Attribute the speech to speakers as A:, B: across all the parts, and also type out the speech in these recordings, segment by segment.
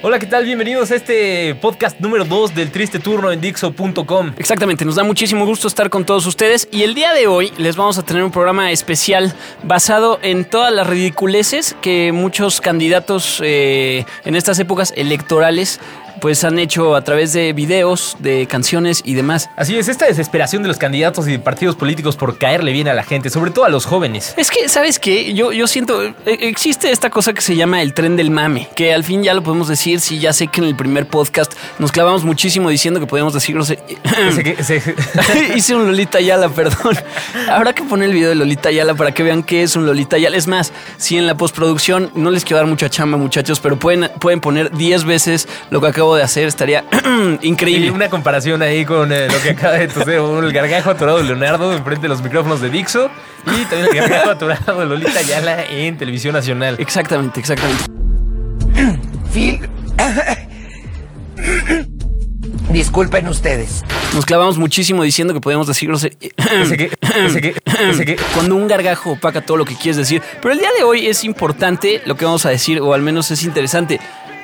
A: Hola, ¿qué tal? Bienvenidos a este podcast número 2 del triste turno en Dixo.com.
B: Exactamente, nos da muchísimo gusto estar con todos ustedes y el día de hoy les vamos a tener un programa especial basado en todas las ridiculeces que muchos candidatos eh, en estas épocas electorales pues han hecho a través de videos, de canciones y demás.
A: Así es, esta desesperación de los candidatos y de partidos políticos por caerle bien a la gente, sobre todo a los jóvenes.
B: Es que, ¿sabes qué? Yo, yo siento, e- existe esta cosa que se llama el tren del mame, que al fin ya lo podemos decir, sí, ya sé que en el primer podcast nos clavamos muchísimo diciendo que podíamos decir, no sé,
A: Se que- se-
B: Hice un Lolita Yala, perdón. Habrá que poner el video de Lolita Yala para que vean qué es un Lolita Yala. Es más, si en la postproducción no les quiero dar mucha chamba, muchachos, pero pueden, pueden poner 10 veces lo que acabo de hacer, estaría
A: y
B: increíble.
A: una comparación ahí con eh, lo que acaba de suceder, el gargajo atorado de Leonardo enfrente de los micrófonos de Dixo y también el gargajo atorado de Lolita Ayala en Televisión Nacional.
B: Exactamente, exactamente.
C: Phil. Disculpen ustedes.
B: Nos clavamos muchísimo diciendo que podíamos decir grosero-
A: Ese que- ese que- ese que-
B: cuando un gargajo opaca todo lo que quieres decir. Pero el día de hoy es importante lo que vamos a decir, o al menos es interesante.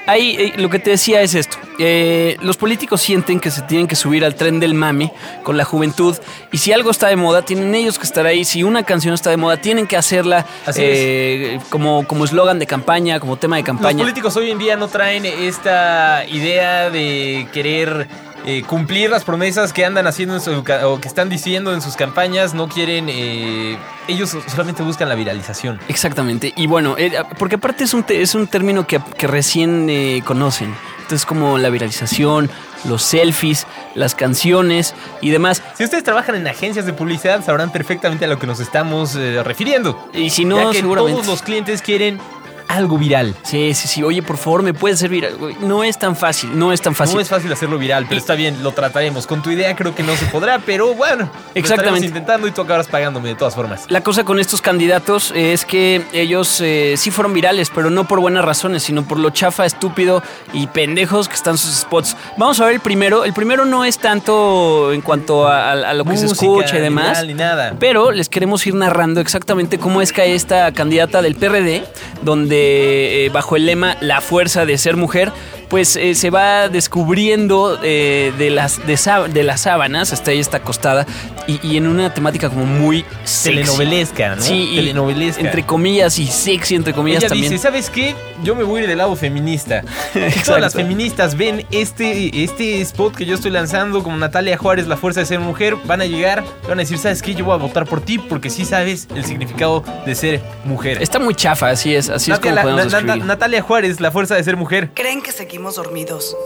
B: Ahí eh, lo que te decía es esto. eh, los políticos sienten que se tienen que subir al tren del mame con la juventud y si algo está de moda, tienen ellos que estar ahí. Si una canción está de moda, tienen que hacerla
A: Así
B: eh, como como eslogan de campaña, como tema de
A: Los
B: campaña.
A: políticos hoy en día no traen esta idea de querer eh, cumplir las promesas que andan haciendo en su ca- o que están diciendo en sus campañas. No quieren. eh, ellos solamente buscan la viralización.
B: Exactamente. Y bueno, eh, porque aparte es un, te- es un término que, que recién eh, conocen. Entonces, como la viralización, los selfies, las canciones y demás.
A: Si ustedes trabajan en agencias de publicidad, sabrán perfectamente a lo que nos estamos eh, refiriendo.
B: Y si
A: ya
B: no,
A: que
B: seguramente.
A: todos los clientes quieren algo viral.
B: Sí, sí, sí. Oye, por favor, me puedes servir. algo? No es tan fácil, no es tan fácil.
A: No es fácil hacerlo viral, pero está bien, lo trataremos. Con tu idea creo que no se podrá, pero bueno, lo estaremos
B: Exactamente.
A: intentando y tú acabarás pagándome de todas formas.
B: La cosa con estos candidatos es que ellos eh, sí fueron virales, pero no por buenas razones, sino por lo chafa, estúpido y pendejos que están sus spots. Vamos a ver el primero. El primero no es tanto en cuanto a, a- a lo que se
A: Música,
B: escucha y
A: ni
B: demás.
A: viral, ni nada.
B: Pero les queremos ir narrando exactamente cómo es que esta candidata del PRD, donde eh, bajo el lema La fuerza de ser mujer, pues eh, se va descubriendo eh, de, las, de, sá- de las sábanas, está ahí está acostada, y, y en una temática como muy sexy.
A: Telenovelesca, ¿no?
B: Sí, y
A: Telenovelesca.
B: entre comillas y sexy, entre comillas
A: Ella
B: también.
A: dice, ¿sabes qué? Yo me voy a ir del lado feminista. Y Todas las feministas ven este, este spot que yo estoy lanzando como Natalia Juárez, la fuerza de ser mujer, van a llegar, y van a decir, ¿sabes qué? Yo voy a votar por ti porque sí sabes el significado de ser mujer.
B: Está muy chafa, así es, así es como
A: Natalia,
B: podemos
A: Na- Na-
B: describir.
A: Natalia Juárez, la fuerza de ser mujer.
C: ¿Creen que seguimos dormidos?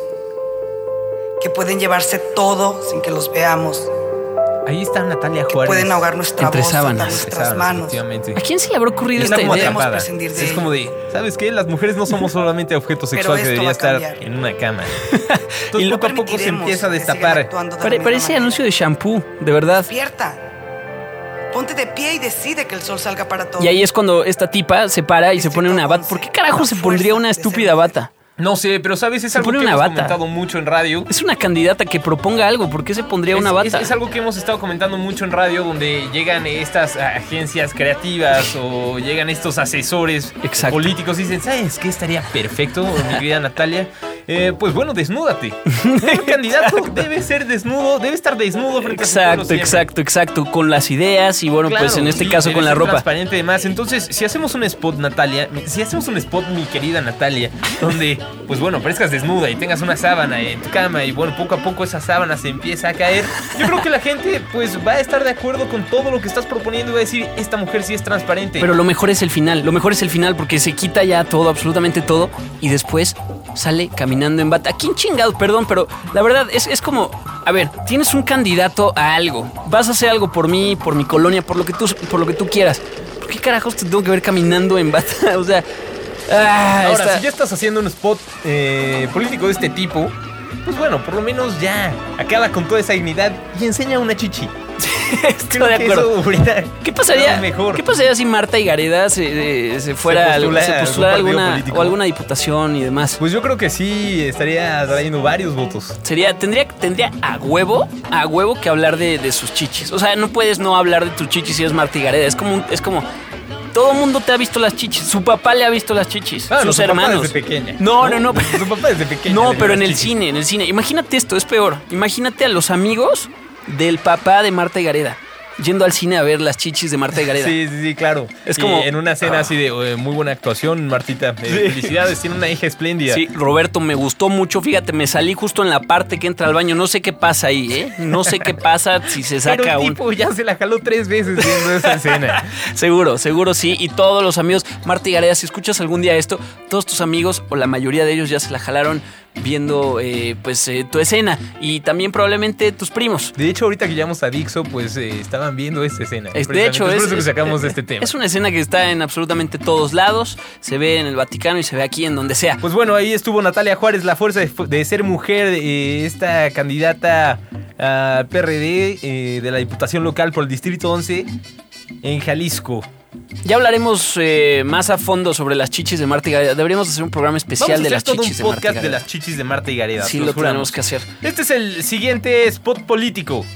C: Que pueden llevarse todo sin que los veamos.
A: Ahí está Natalia
C: Que
A: Juárez.
C: pueden ahogar nuestra
B: Entre
C: voz, atar
B: sábanas.
C: nuestras
A: Pesadas,
C: manos.
A: efectivamente.
B: ¿A quién se le habrá ocurrido
A: Está
B: esta
A: como
B: idea?
C: Podemos
A: atrapada.
C: prescindir de
A: Es
C: ella.
A: como de, ¿sabes qué? Las mujeres no somos solamente objeto sexual que
C: esto
A: debería
C: va a
A: estar
C: cambiar.
A: en una cama.
B: Y
A: Entonces
B: lo
A: poco a poco se
C: permitiremos
A: empieza a
C: que sigan
A: destapar.
C: actuando de la
B: Pare-
C: misma
B: parece
C: manera.
B: anuncio de shampoo, de verdad.
C: Despierta. Ponte de pie y decide que el sol salga para todos.
B: Y ahí es cuando esta tipa se para y se pone una bata. ¿Por qué carajo se pondría una estúpida bata?
A: No sé, pero sabes, es
B: Se
A: algo que
B: pone una
A: hemos
B: bata.
A: comentado mucho en radio.
B: Es una candidata que proponga algo. ¿Por qué se pondría una
A: Es-
B: bata?
A: Es, es algo que hemos estado comentando mucho en radio, donde llegan estas agencias creativas o llegan estos asesores
B: Exacto.
A: políticos y dicen, ¿sabes qué estaría perfecto, mi querida Natalia? Eh, pues bueno, desnúdate. Un candidato debe ser desnudo, debe estar desnudo frente a su pueblo
B: Exacto,
A: siempre.
B: exacto, exacto. Con las ideas y bueno,
A: Claro,
B: pues en este
A: sí,
B: caso
A: debe
B: con la
A: ser
B: ropa.
A: Transparente además. Entonces, si hacemos un spot, Natalia, mi- si hacemos un spot, mi querida Natalia, donde, pues bueno, parezcas desnuda y tengas una sábana en tu cama y bueno, poco a poco esa sábana se empieza a caer, yo creo que la gente, pues, va a estar de acuerdo con todo lo que estás proponiendo y va a decir, esta mujer sí es transparente.
B: Pero lo mejor es el final, lo mejor es el final porque se quita ya todo, absolutamente todo, y después sale caminando en bata. ¿Quién chingado? Perdón, pero la verdad es, es como, a ver, tienes un candidato a algo, vas a hacer algo por mí, por mi colonia, por lo que tú, por lo que tú quieras. ¿Por qué carajos te tengo que ver caminando en bata? O sea, ah,
A: Ahora,
B: está-
A: si ya estás haciendo un spot eh, político de este tipo, pues bueno, por lo menos ya, acaba con toda esa dignidad y enseña una chichi.
B: Estoy
A: Creo
B: de
A: que
B: acuerdo.
A: eso ahorita
B: ¿Qué pasaría,
A: está mejor.
B: ¿Qué pasaría si Marta y Gareda se, eh, se
A: Se postulara
B: fuera al- se
A: a algún
B: postulara
A: partido
B: alguna
A: político.
B: o alguna diputación y demás?
A: Pues yo creo que sí estaría trayendo varios votos.
B: Sería, tendría, tendría a huevo, a huevo que hablar de, de sus chichis. O sea, no puedes no hablar de tus chichis si eres Marta y Gareda. Es como, un- es como, todo mundo te ha visto las chichis. Su papá le ha visto las chichis.
A: Claro,
B: sus
A: su papá
B: hermanos.
A: desde pequeña.
B: No, no, no.
A: Su papá desde pequeña le
B: No,
A: dio
B: pero
A: las
B: en el
A: chichis.
B: cine, en el cine. Imagínate esto, es peor. Imagínate a los amigos del papá de Marta y Gareda yendo al cine a ver las chichis de Marta y Gareda.
A: Sí, sí, sí, claro.
B: Es
A: Y
B: como- Ah.
A: en una cena así de eh, muy buena actuación, Martita. eh, Felicidades, tiene una hija espléndida.
B: Sí, Roberto, me gustó mucho. Fíjate, me salí justo en la parte que entra al baño. No sé qué pasa ahí, ¿eh? No sé qué pasa si se saca
A: Pero el
B: un.
A: tipo ya se la jaló tres veces viendo esa escena.
B: Seguro, seguro sí. Y todos los amigos, Marta y Gareda, si escuchas algún día esto, todos tus amigos o la mayoría de ellos ya se la jalaron viendo eh, pues eh, tu escena. Y también probablemente tus primos.
A: De hecho, ahorita que llegamos a Dixo, pues eh, estaban viendo esta escena.
B: Es- de hecho,
A: precisamente.
B: es,
A: por eso que
B: es-
A: sacamos
B: es-
A: este tema.
B: Es una escena que está en absolutamente todos lados. Se ve en el Vaticano y se ve aquí en donde sea.
A: Pues bueno, ahí estuvo Natalia Juárez, la fuerza de, de ser mujer, eh, esta candidata al PRD eh, de la Diputación Local por el Distrito 11 en Jalisco.
B: Ya hablaremos eh, más a fondo sobre las chichis de Marta y Gareda. Deberíamos hacer un programa especial
A: Vamos a
B: de
A: hacer
B: las
A: todo
B: chichis
A: un
B: de Marta y
A: podcast de,
B: Gareda.
A: las chichis de Marta y Gareda.
B: Sí,
A: los
B: lo
A: juramos.
B: tenemos que hacer.
A: Este es el siguiente spot político.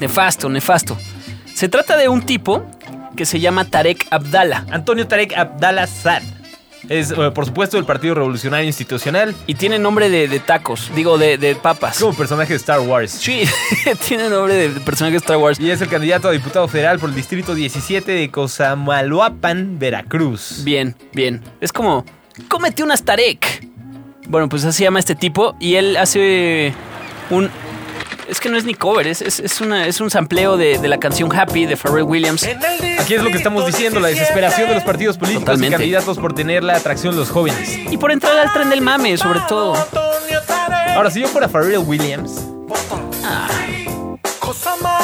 B: Nefasto, nefasto. Se trata de un tipo que se llama Tarek Abdala
A: Antonio Tarek Abdallah Sad. Es, eh, por supuesto, del Partido Revolucionario Institucional.
B: y tiene nombre de, de tacos, digo, de, de papas.
A: Como personaje de Star Wars.
B: Sí, tiene nombre de, de personaje de Star Wars.
A: Y es el candidato a diputado federal por el Distrito 17 de Cozamaloapan, Veracruz.
B: Bien, bien. Es como, cómete unas Tarek. Bueno, pues así se llama este tipo y él hace un... Es que no es ni cover, es, es, es una, es un sampleo de, de la canción Happy de Pharrell Williams.
A: Aquí es lo que estamos diciendo, la desesperación de los partidos políticos y
B: Totalmente.
A: candidatos por tener la atracción de los jóvenes.
B: Y por entrar al tren del mame, sobre todo.
A: Ahora, si yo fuera Pharrell Williams,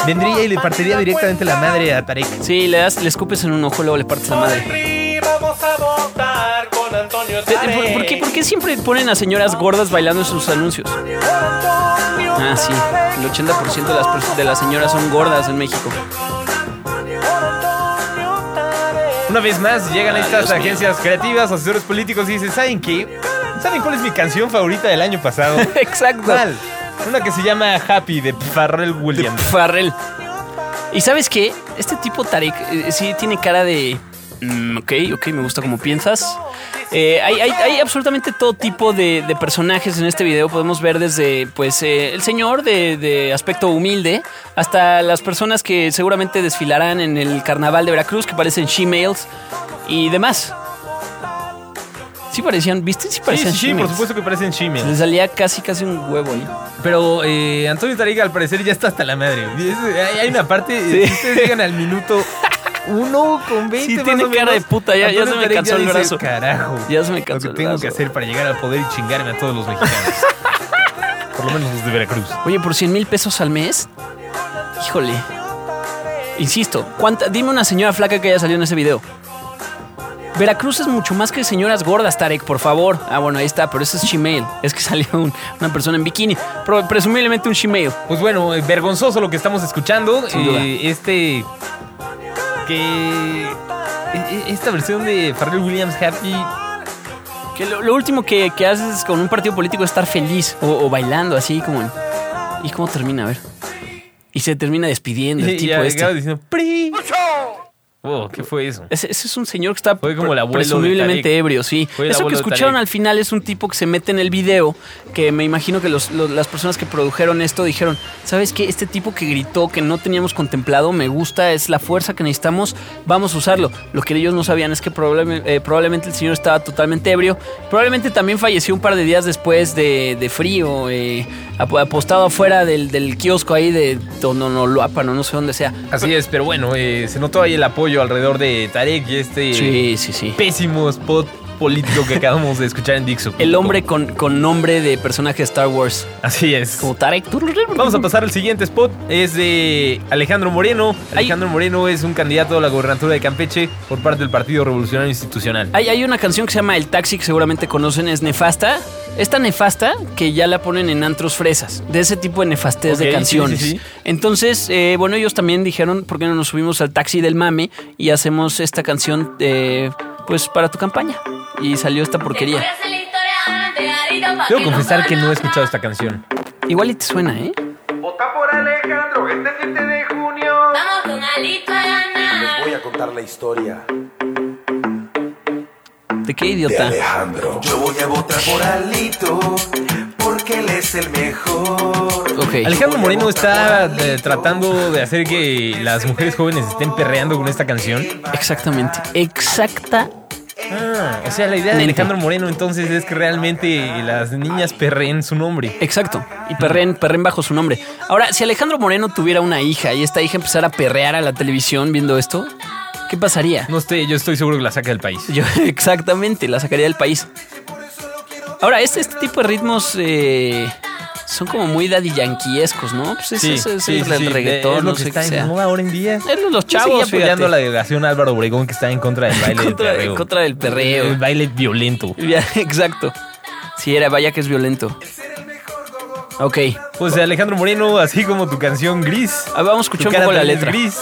A: vendría y le partiría directamente la madre a Tarek.
B: Sí, le, das, le escupes en un ojo, luego le partes la madre.
D: Vamos a votar con Antonio
B: Pe- eh, ¿Por, por qué, por qué siempre ponen a señoras gordas bailando en sus anuncios? Ah, sí. El 80% de las, pers- de las señoras son gordas en México.
A: Una vez más, llegan
B: Ah,
A: estas
B: Dios mío.
A: agencias creativas, asesores políticos y dicen, ¿saben qué? ¿Saben cuál es mi canción favorita del año pasado?
B: Exacto.
A: ¿Cuál? Una que se llama Happy de Pharrell
B: De
A: Williams.
B: Farrell. ¿Y sabes qué? Este tipo Tarek eh, sí tiene cara de... mm, ok, ok, me gusta como piensas. Eh, hay, hay- hay absolutamente todo tipo de, de personajes en este video. Podemos ver desde pues eh, el señor de, de aspecto humilde hasta las personas que seguramente desfilarán en el carnaval de Veracruz que parecen she-males y demás. Sí parecían, ¿viste? Sí
A: Sí, sí,
B: parecían
A: sí, por
B: she-males.
A: supuesto que parecen chimes.
B: Les salía casi, casi un huevo ahí.
A: Pero eh, Antonio Tarega al parecer ya está hasta la madre. Y es- hay, hay una parte, eh, si ustedes llegan al minuto uno con 20
B: Sí,
A: más
B: tiene
A: o
B: cara
A: menos,
B: de puta, ya- ya
A: Antonio
B: se me
A: Tarek
B: cansó
A: ya
B: el
A: dice,
B: brazo.
A: Carajo.
B: Ya se me cansó
A: Lo
B: el
A: que tengo
B: brazo".
A: que hacer para llegar al poder y chingarme a todos los mexicanos. Por lo menos los de Veracruz.
B: Oye, por 100 mil pesos al mes. Híjole. Insisto, ¿cuánta- dime una señora flaca que haya salido en ese video. Veracruz es mucho más que señoras gordas, Tarek, por favor. Ah, bueno, ahí está, pero eso es shemale. Es que salió un- una persona en bikini. Pro- presumiblemente un shemale.
A: Pues bueno, eh, vergonzoso lo que estamos escuchando.
B: Sin duda.
A: Eh, este. Que. e- e- Esta versión de Pharrell Williams Happy.
B: Que lo, lo último que, que haces con un partido político es estar feliz o, o bailando así como... en- ¿Y cómo termina? A ver. Y se termina despidiendo el
A: Y
B: tipo
A: acaba
B: este.
A: diciendo PRI. Oh, ¿qué fue eso?
B: Ese, ese es un señor que está
A: Fue como
B: pre-
A: el abuelo de
B: presumiblemente
A: Tarek.
B: ebrio, sí.
A: Fue el
B: Eso que
A: abuelo de
B: escucharon
A: Tarek.
B: al final es un tipo que se mete en el video, que me imagino que los- los- las personas que produjeron esto dijeron, ¿sabes qué? Este tipo que gritó, que no teníamos contemplado, me gusta, es la fuerza que necesitamos, vamos a usarlo. Lo que ellos no sabían es que probable- eh, probablemente el señor estaba totalmente ebrio, probablemente también falleció un par de días después de, de frío, eh, ap- apostado afuera del, del kiosco ahí de Tonoloapa, no, no sé dónde sea.
A: Así es, pero bueno, eh, se notó ahí el apoyo alrededor de Tarek y este
B: Sí, sí, sí.
A: pésimo spot político que acabamos de escuchar en Dixo.
B: El hombre con, con nombre de personaje de Star Wars.
A: Así es.
B: Como Tarek.
A: Vamos a pasar al siguiente spot. Es de Alejandro Moreno. Alejandro Moreno es un candidato a la gobernatura de Campeche por parte del Partido Revolucionario Institucional.
B: Hay, hay una canción que se llama El Taxi que seguramente conocen, es nefasta. Es tan nefasta que ya la ponen en antros fresas. De ese tipo de nefastez
A: Ok,
B: de
A: sí,
B: canciones.
A: sí, sí.
B: Entonces, eh, bueno, ellos también dijeron, ¿por qué no nos subimos al taxi del mame y hacemos esta canción, eh, pues, para tu campaña? Y salió esta porquería.
A: Debo confesar que no he escuchado esta canción.
B: Igual y te suena, ¿eh?
D: Vota por Alejandro este 7 de junio.
E: Vamos con Alito a ganar.
F: Voy a contar la historia
B: ¿De qué
F: de
B: idiota?
F: Alejandro. Yo voy a votar por Alito porque él es el mejor.
B: Ok.
A: Alejandro Moreno está eh, tratando de hacer que las mujeres jóvenes estén perreando con esta canción.
B: Exactamente. Exacta.
A: Ah, o sea, la idea de
B: Mente.
A: Alejandro Moreno entonces es que realmente las niñas perreen su nombre.
B: Exacto. Y perren, perren bajo su nombre. Ahora, si Alejandro Moreno tuviera una hija y esta hija empezara a perrear a la televisión viendo esto, ¿qué pasaría?
A: No estoy, yo estoy seguro que la saca del país.
B: Yo, exactamente, la sacaría del país. Ahora, este, este tipo de ritmos eh, son como muy daddy yanquiescos, ¿no? Pues es, es- es el re- reggaetón,
A: es lo
B: no
A: que
B: sé
A: está
B: qué
A: en
B: sea.
A: moda ahora en día.
B: Es lo de los
A: Yo seguía
B: chavos,
A: apoyando
B: fíjate.
A: a la delegación Álvaro Obregón que está en contra del baile
B: contra-
A: del perreo.
B: en contra del perreo.
A: El baile violento.
B: Ya, exacto. Sí, era, vaya que es violento. Ok.
A: Pues Alejandro Moreno, así como tu canción gris.
B: Ah, vamos a
A: Tu
B: escuchar un
A: cara
B: poco la
A: también es
B: letra.
A: Gris.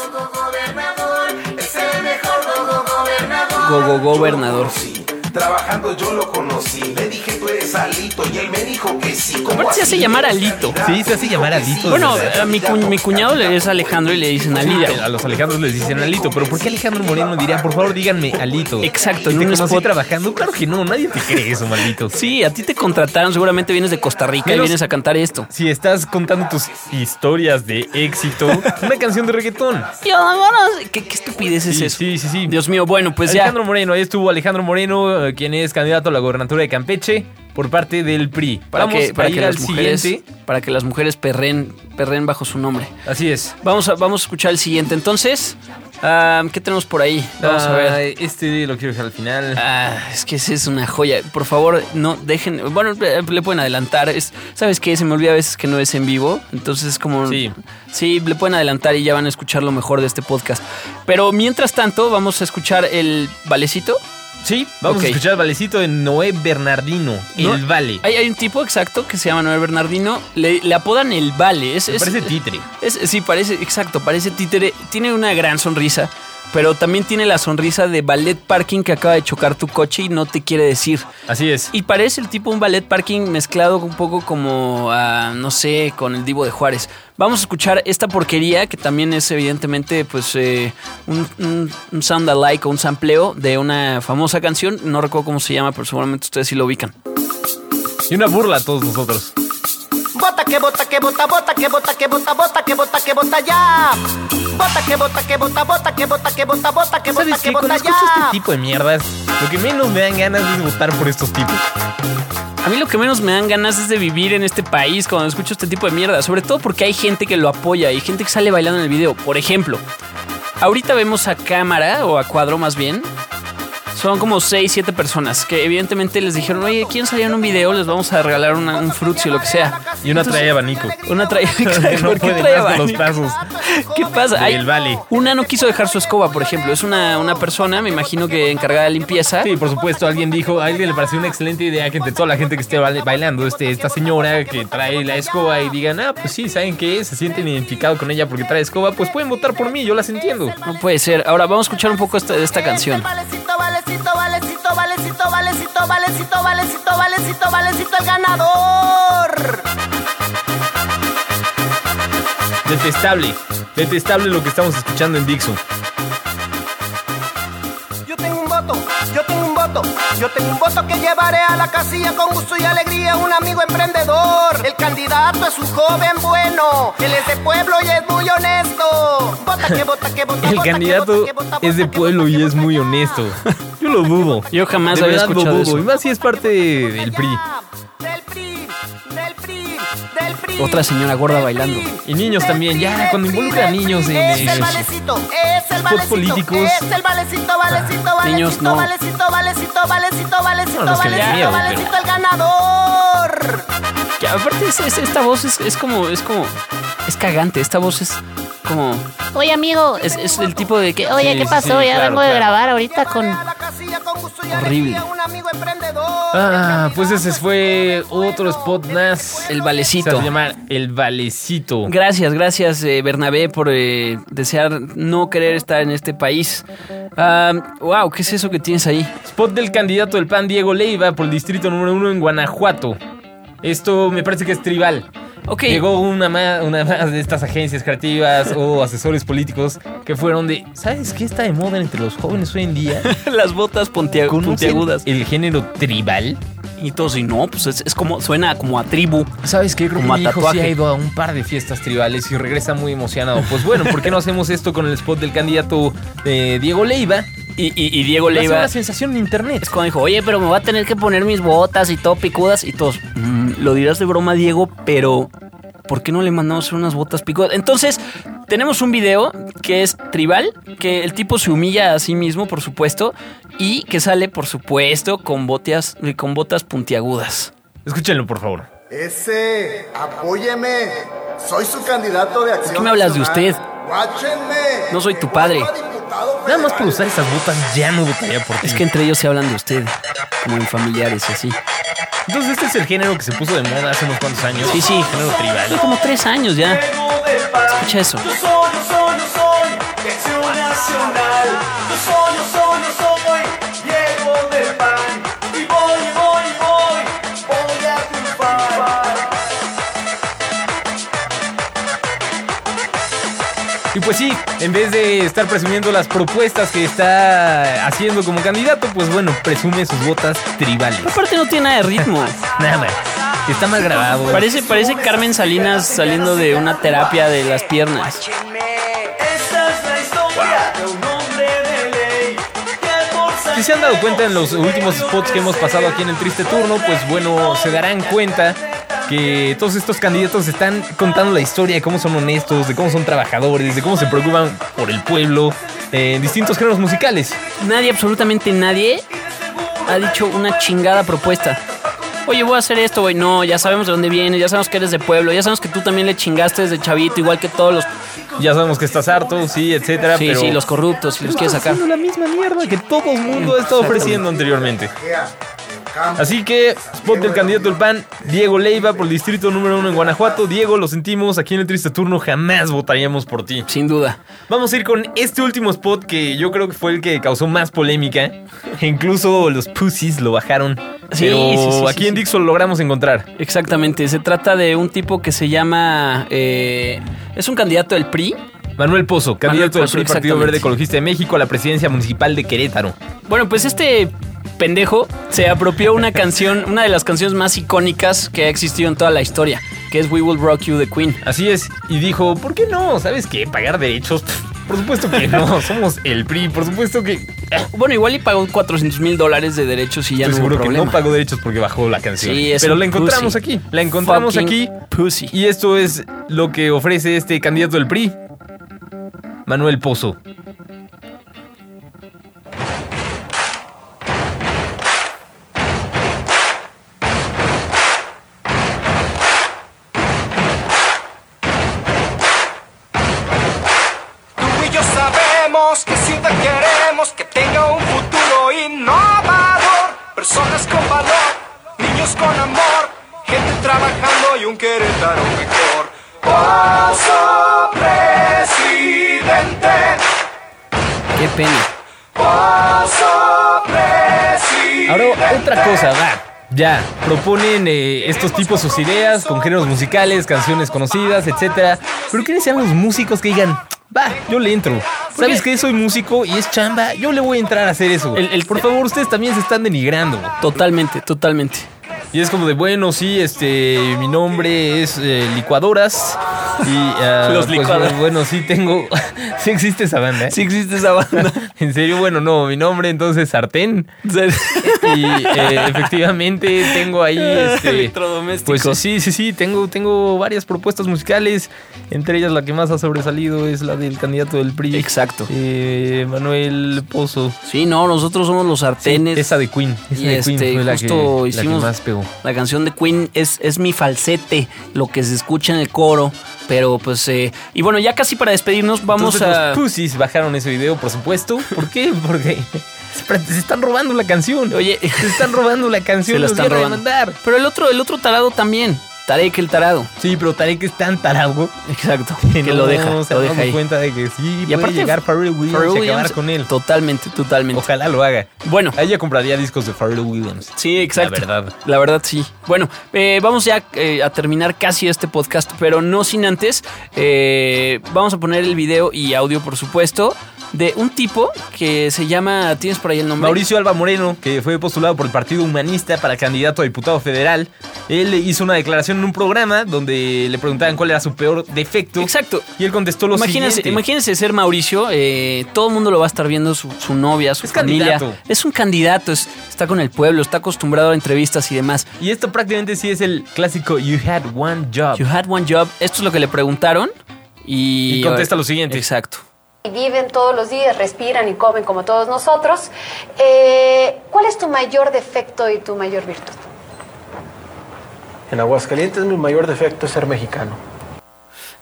B: Go, go, gobernador.
F: Sí, trabajando yo lo conocí. Le dije tú eres Alito y él me dijo que sí. ¿Cómo
B: Aparte se hace
F: así?
B: llamar Alito.
A: Sí, se hace llamar Alito.
B: Bueno,
A: desde-
B: a mi, cu- mi cuñado le es Alejandro y le dicen Alito.
A: Sí, a los Alejandros les dicen Alito, pero ¿por qué Alejandro Moreno diría, por favor, díganme Alito?
B: Exacto,
A: ¿Y
B: en
A: te
B: un
A: conocí
B: spot.
A: trabajando? Claro que no, nadie te cree eso, maldito.
B: Sí, a ti te contrataron, seguramente vienes de Costa Rica
A: Menos-
B: y vienes a cantar esto.
A: Si estás contando tus historias de éxito, una canción de reggaetón.
B: Yo, bueno, ¿Qué, qué estupidez es
A: Sí,
B: eso?
A: sí, sí, sí.
B: Dios mío, bueno, pues ya.
A: Alejandro Moreno, ahí estuvo Alejandro Moreno, eh, quien es candidato a la gobernatura de Campeche por parte del PRI.
B: Para
A: Vamos
B: que, para
A: a
B: que
A: ir al
B: las mujeres,
A: siguiente.
B: para que las mujeres perren, perren bajo su nombre.
A: Así es.
B: Vamos a, vamos a escuchar el siguiente. Entonces, ah, ¿qué tenemos por ahí? Vamos a ver.
A: Ah, Este lo quiero dejar al final.
B: Ah, es que esa es una joya. Por favor, no dejen. Bueno, eh, le pueden adelantar. Es- ¿Sabes qué? Se me olvida a veces que no es en vivo. Entonces es como.
A: Sí.
B: Sí, le pueden adelantar y ya van a escuchar lo mejor de este podcast. Pero mientras tanto, vamos a escuchar el valecito.
A: sí, vamos
B: ok.
A: a escuchar Valecito de Noé Bernardino.
B: No,
A: el Vale.
B: Hay, hay un tipo exacto que se llama Noel Bernardino. Le, le apodan el vale. Es,
A: Me
B: es-
A: parece títere.
B: Es, sí, parece, exacto, parece títere. Tiene una gran sonrisa, pero también tiene la sonrisa de ballet parking que acaba de chocar tu coche y no te quiere decir.
A: Así es.
B: Y parece el tipo un ballet parking mezclado un poco como, ah, no sé, con el Divo de Juárez. Vamos a escuchar esta porquería que también es evidentemente pues eh, un, un- un sound alike o un sampleo de una famosa canción. No recuerdo cómo se llama, pero seguramente ustedes sí lo ubican.
A: Y una burla a todos nosotros.
G: Bota que bota que bota bota que bota que bota bota que bota que bota ya. Bota que bota que bota bota que bota que bota bota que bota
A: ¿Sabes
G: que
A: qué? Cuando
G: bota
A: escucho este
G: ya.
A: tipo de mierdas, lo que menos me dan ganas es votar por estos tipos.
B: A mí lo que menos me dan ganas es de vivir en este país cuando escucho este tipo de mierda, sobre todo porque hay gente que lo apoya, hay gente que sale bailando en el video. Por ejemplo, ahorita vemos a cámara o a cuadro más bien. Son como 6, 7 personas que evidentemente les dijeron, oye, ¿quién salió en un video? Les vamos a regalar una- un frutzi o lo que sea.
A: Y una trae abanico.
B: Una trae...
A: Que no
B: ¿Por qué
A: puede
B: trae
A: más de los
B: abanico?
A: pasos.
B: ¿Qué pasa? Hay-
A: Del vale.
B: Una no quiso dejar su escoba, por ejemplo. Es una, una persona, me imagino que encargada de limpieza.
A: Sí, por supuesto, alguien dijo, a alguien le pareció una excelente idea que entre toda la gente que esté baile- bailando, este, esta señora que trae la escoba y digan, ah, pues sí, ¿saben qué? Se sienten identificados con ella porque trae escoba, pues pueden votar por mí, yo las entiendo.
B: No puede ser. Ahora vamos a escuchar un poco esta- de esta canción.
G: Valecito, valecito, valecito, valecito, valecito, valecito, valecito, valecito, valecito, el ganador.
A: Detestable, detestable lo que estamos escuchando en Dixon.
G: Yo tengo un voto, yo tengo un voto, yo tengo un voto que llevaré a la casilla con gusto y alegría, un amigo emprendedor. El candidato es un joven bueno, él es de pueblo y es muy honesto. Vota que vota que vota.
A: El
G: vota que
A: candidato
G: vota que vota,
A: es de
G: vota que
A: pueblo
G: vota
A: y
G: que
A: es
G: vota
A: muy
G: ya.
A: honesto. Yo lo dudo.
B: Yo jamás
A: De
B: había
A: verdad lo
B: escuchado
A: dudo,
B: eso.
A: Y más si es parte del PRI.
G: Del PRI, del PRI, del PRI,
B: otra señora gorda bailando.
A: Y niños también, ya, cuando involucran a niños en
G: Es
A: eso.
G: el valecito, es el
A: Spots
G: valecito.
A: políticos.
G: Es el valecito, valecito, valecito.
B: Niños, no.
G: Valecito, valecito, valecito, valecito,
A: Bueno, los que les
G: valecito,
A: miedo,
G: valecito,
A: pero-
G: el ganador.
B: Que aparte es- es- esta voz es, es como, es como, es cagante, esta voz es como,
H: Oye, amigo,
B: es, es el tipo de que,
H: oye,
A: Sí,
H: ¿qué
A: sí,
H: pasó?
A: sí,
H: ya
A: claro,
H: vengo de
A: claro.
H: grabar ahorita con...
G: Llévale a la casilla con gusto y
B: Horrible.
G: alegría, un amigo emprendedor.
A: Ah, pues ese fue otro spot más.
B: el
A: Se
B: valecito.
A: hace llamar el valecito.
B: Gracias, gracias eh, Bernabé por eh, desear no querer estar en este país. Ah, wow, ¿qué es eso que tienes ahí?
A: Spot del candidato del PAN Diego Leiva por el distrito número uno en Guanajuato. Esto me parece que es tribal.
B: Ok,
A: Llegó una más, una más de estas agencias creativas o asesores políticos que fueron de, ¿sabes qué está de moda entre los jóvenes hoy en día?
B: las botas puntia-
A: ¿Conocen
B: puntiagudas.
A: el género tribal?
B: Y todos, y no, pues es, es como, suena como a tribu.
A: ¿Sabes qué? Creo
B: Como
A: que mi
B: a
A: hijo sí
B: tatuaje.
A: ha ido a un par de fiestas tribales y regresa muy emocionado. Pues bueno, ¿por qué no hacemos esto con el spot del candidato eh, Diego Leiva?
B: Y, y- y Diego
A: Va a ser
B: Leiva
A: una sensación en internet.
B: es cuando dijo, oye, pero me voy a tener que poner mis botas y todo picudas y todos. "Mm, lo dirás de broma, Diego, pero ¿por qué no le mandamos unas botas picudas? Entonces, tenemos un video que es tribal, que el tipo se humilla a sí mismo, por supuesto, y que sale, por supuesto, con botas, con botas puntiagudas.
A: Escúchenlo, por favor.
I: Ese, apóyeme. Soy su candidato de acción.
B: qué me hablas de
I: Nacional.
B: usted?
I: Guáchenme.
B: No soy tu
I: Me
B: padre.
I: vuelvo a diputado
A: Nada más por
I: federal.
A: usar esas botas ya no votaría por ti.
B: Es que entre ellos se hablan de usted, como en familiares, así.
A: Entonces este es el género que se puso de moda hace unos cuantos años.
B: Sí, sí.
A: Género
B: Hace
A: tribal.
B: como tres años ya. Escucha eso.
F: Yo soy, yo soy, yo soy de Acción Nacional. Yo soy, yo soy, yo soy Diego del PAN. Y voy, y voy, y voy, voy a triunfar.
A: Y pues sí, en vez de estar presumiendo las propuestas que está haciendo como candidato, pues bueno, presume sus botas tribales.
B: Aparte no tiene nada de ritmo.
A: Nada más. Está mal grabado.
B: Parece, parece Carmen Salinas saliendo de una terapia de las piernas.
F: Esta es la historia de un hombre de ley. que por
A: Si se han dado cuenta en los últimos spots que hemos pasado aquí en el triste turno, pues bueno, se darán cuenta que todos estos candidatos están contando la historia de cómo son honestos, de cómo son trabajadores, de cómo se preocupan por el pueblo, eh, en distintos géneros musicales.
B: Nadie, absolutamente nadie, ha dicho una chingada propuesta. Oye, voy a hacer esto, güey. No, ya sabemos de dónde vienes, ya sabemos que eres de pueblo, ya sabemos que tú también le chingaste desde chavito, igual que todos los...
A: Ya sabemos que estás harto, sí, etcétera,
B: Sí,
A: pero
B: sí, los corruptos, si los quieres sacar.
A: haciendo la misma mierda que todo el mundo ha estado ofreciendo anteriormente. Así que, spot del candidato del PAN, Diego Leiva, por el distrito número uno en Guanajuato. Diego, lo sentimos, aquí en el triste turno jamás votaríamos por ti.
B: Sin duda.
A: Vamos a ir con este último spot que yo creo que fue el que causó más polémica. E Incluso los pussies lo bajaron.
B: Sí,
A: pero
B: sí, sí, sí,
A: aquí en
B: sí.
A: Dixon lo logramos encontrar.
B: Exactamente, se trata de un tipo que se llama... eh, es un candidato del PRI.
A: Manuel Pozo, candidato
B: Pozo,
A: del PRI, Partido
B: exactamente.
A: Verde Ecologista de México a la presidencia municipal de Querétaro.
B: Bueno, pues este pendejo se apropió una canción, una de las canciones más icónicas que ha existido en toda la historia, que es We Will Rock You de Queen.
A: Así es, y dijo, ¿por qué no? ¿Sabes qué? ¿Pagar derechos? Pff, Por supuesto que no, somos el PRI, por supuesto que...
B: Bueno, igual y pagó 400 mil dólares de derechos y
A: Estoy
B: ya no hubo
A: seguro que
B: problema.
A: no pagó derechos porque bajó la canción.
B: Sí, es
A: Pero
B: un
A: la encontramos
B: pussy.
A: aquí, la encontramos
B: Fucking
A: aquí.
B: Pussy.
A: Y esto es lo que ofrece este candidato del PRI, Manuel Pozo.
G: Tú y yo sabemos que ciudad queremos que tenga un futuro innovador. Personas con valor, niños con amor, gente trabajando y un querétaro mejor. Paso presidente,
B: Qué pena.
G: paso presidente.
A: Ahora, otra cosa, va. Ya, proponen eh, estos tipos sus ideas con géneros musicales, canciones conocidas, etcétera. Pero ¿qué desean los músicos que digan? Va, yo le entro. ¿Sabes qué? Soy músico y es chamba. Yo le voy a entrar a hacer eso.
B: El- el-
A: Por favor, ustedes también se están denigrando.
B: Totalmente, totalmente.
A: Y es como de, bueno, sí, este, mi nombre es eh, Licuadoras. Y, ah,
B: Los
A: pues,
B: licuadoras.
A: bueno, sí tengo... sí existe esa banda, ¿eh?
B: Sí existe esa banda.
A: En serio, bueno, no, mi nombre entonces Sartén. Y eh, efectivamente tengo ahí este,
B: Electrodomésticos.
A: pues sí, sí, sí, tengo, tengo varias propuestas musicales. Entre ellas la que más ha sobresalido es la del candidato del PRI.
B: Exacto.
A: eh, Manuel Pozo.
B: Sí, no, nosotros somos los sartenes.
A: Esa de Queen. Esa
B: y
A: de
B: este,
A: Queen fue la que,
B: justo
A: la que
B: hicimos
A: más pegó.
B: La canción de Queen es, es mi falsete, lo que se escucha en el coro. Pero pues, eh, y bueno, ya casi para despedirnos, vamos
A: Entonces,
B: a.
A: Los pussies bajaron ese video, por supuesto. ¿Por qué? Porque se están robando la canción.
B: Oye,
A: Se están robando la canción.
B: se la
A: nos
B: están
A: van a
B: robando.
A: demandar.
B: Pero el otro, el otro tarado también. Tarek el tarado.
A: Sí, pero Tarek es tan tarado
B: Exacto.
A: que
B: Que
A: no
B: lo deja.
A: se ha
B: lo
A: dado
B: deja ahí.
A: cuenta de que sí puede llegar Pharrell Williams
B: Pharrell
A: y
B: Williams,
A: acabar con él.
B: Totalmente, totalmente.
A: Ojalá lo haga.
B: Bueno.
A: Ahí ya compraría discos de Pharrell Williams.
B: Sí, exacto.
A: La verdad.
B: La verdad, sí. Bueno, eh, vamos ya eh, a terminar casi este podcast, pero no sin antes. eh, vamos a poner el video y audio, por supuesto, de un tipo que se llama. ¿Tienes por ahí el nombre?
A: Mauricio Alba Moreno, que fue postulado por el Partido Humanista para candidato a diputado federal, él hizo una declaración en un programa donde le preguntaban cuál era su peor defecto.
B: Exacto.
A: Y él contestó lo
B: Imagínense,
A: siguiente.
B: imagínense ser Mauricio, eh, todo el mundo lo va a estar viendo, su, su novia, su
A: Es
B: familia.
A: candidato.
B: Es un candidato, es- está con el pueblo, está acostumbrado a entrevistas y demás.
A: Y esto prácticamente sí es el clásico You had one job.
B: You had one job, esto es lo que le preguntaron y... eh,
A: Y contesta lo siguiente.
B: Exacto.
H: Y viven todos los días, respiran y comen como todos nosotros. Eh, ¿Cuál es tu mayor defecto y tu mayor virtud?
J: En Aguascalientes mi mayor defecto es ser mexicano.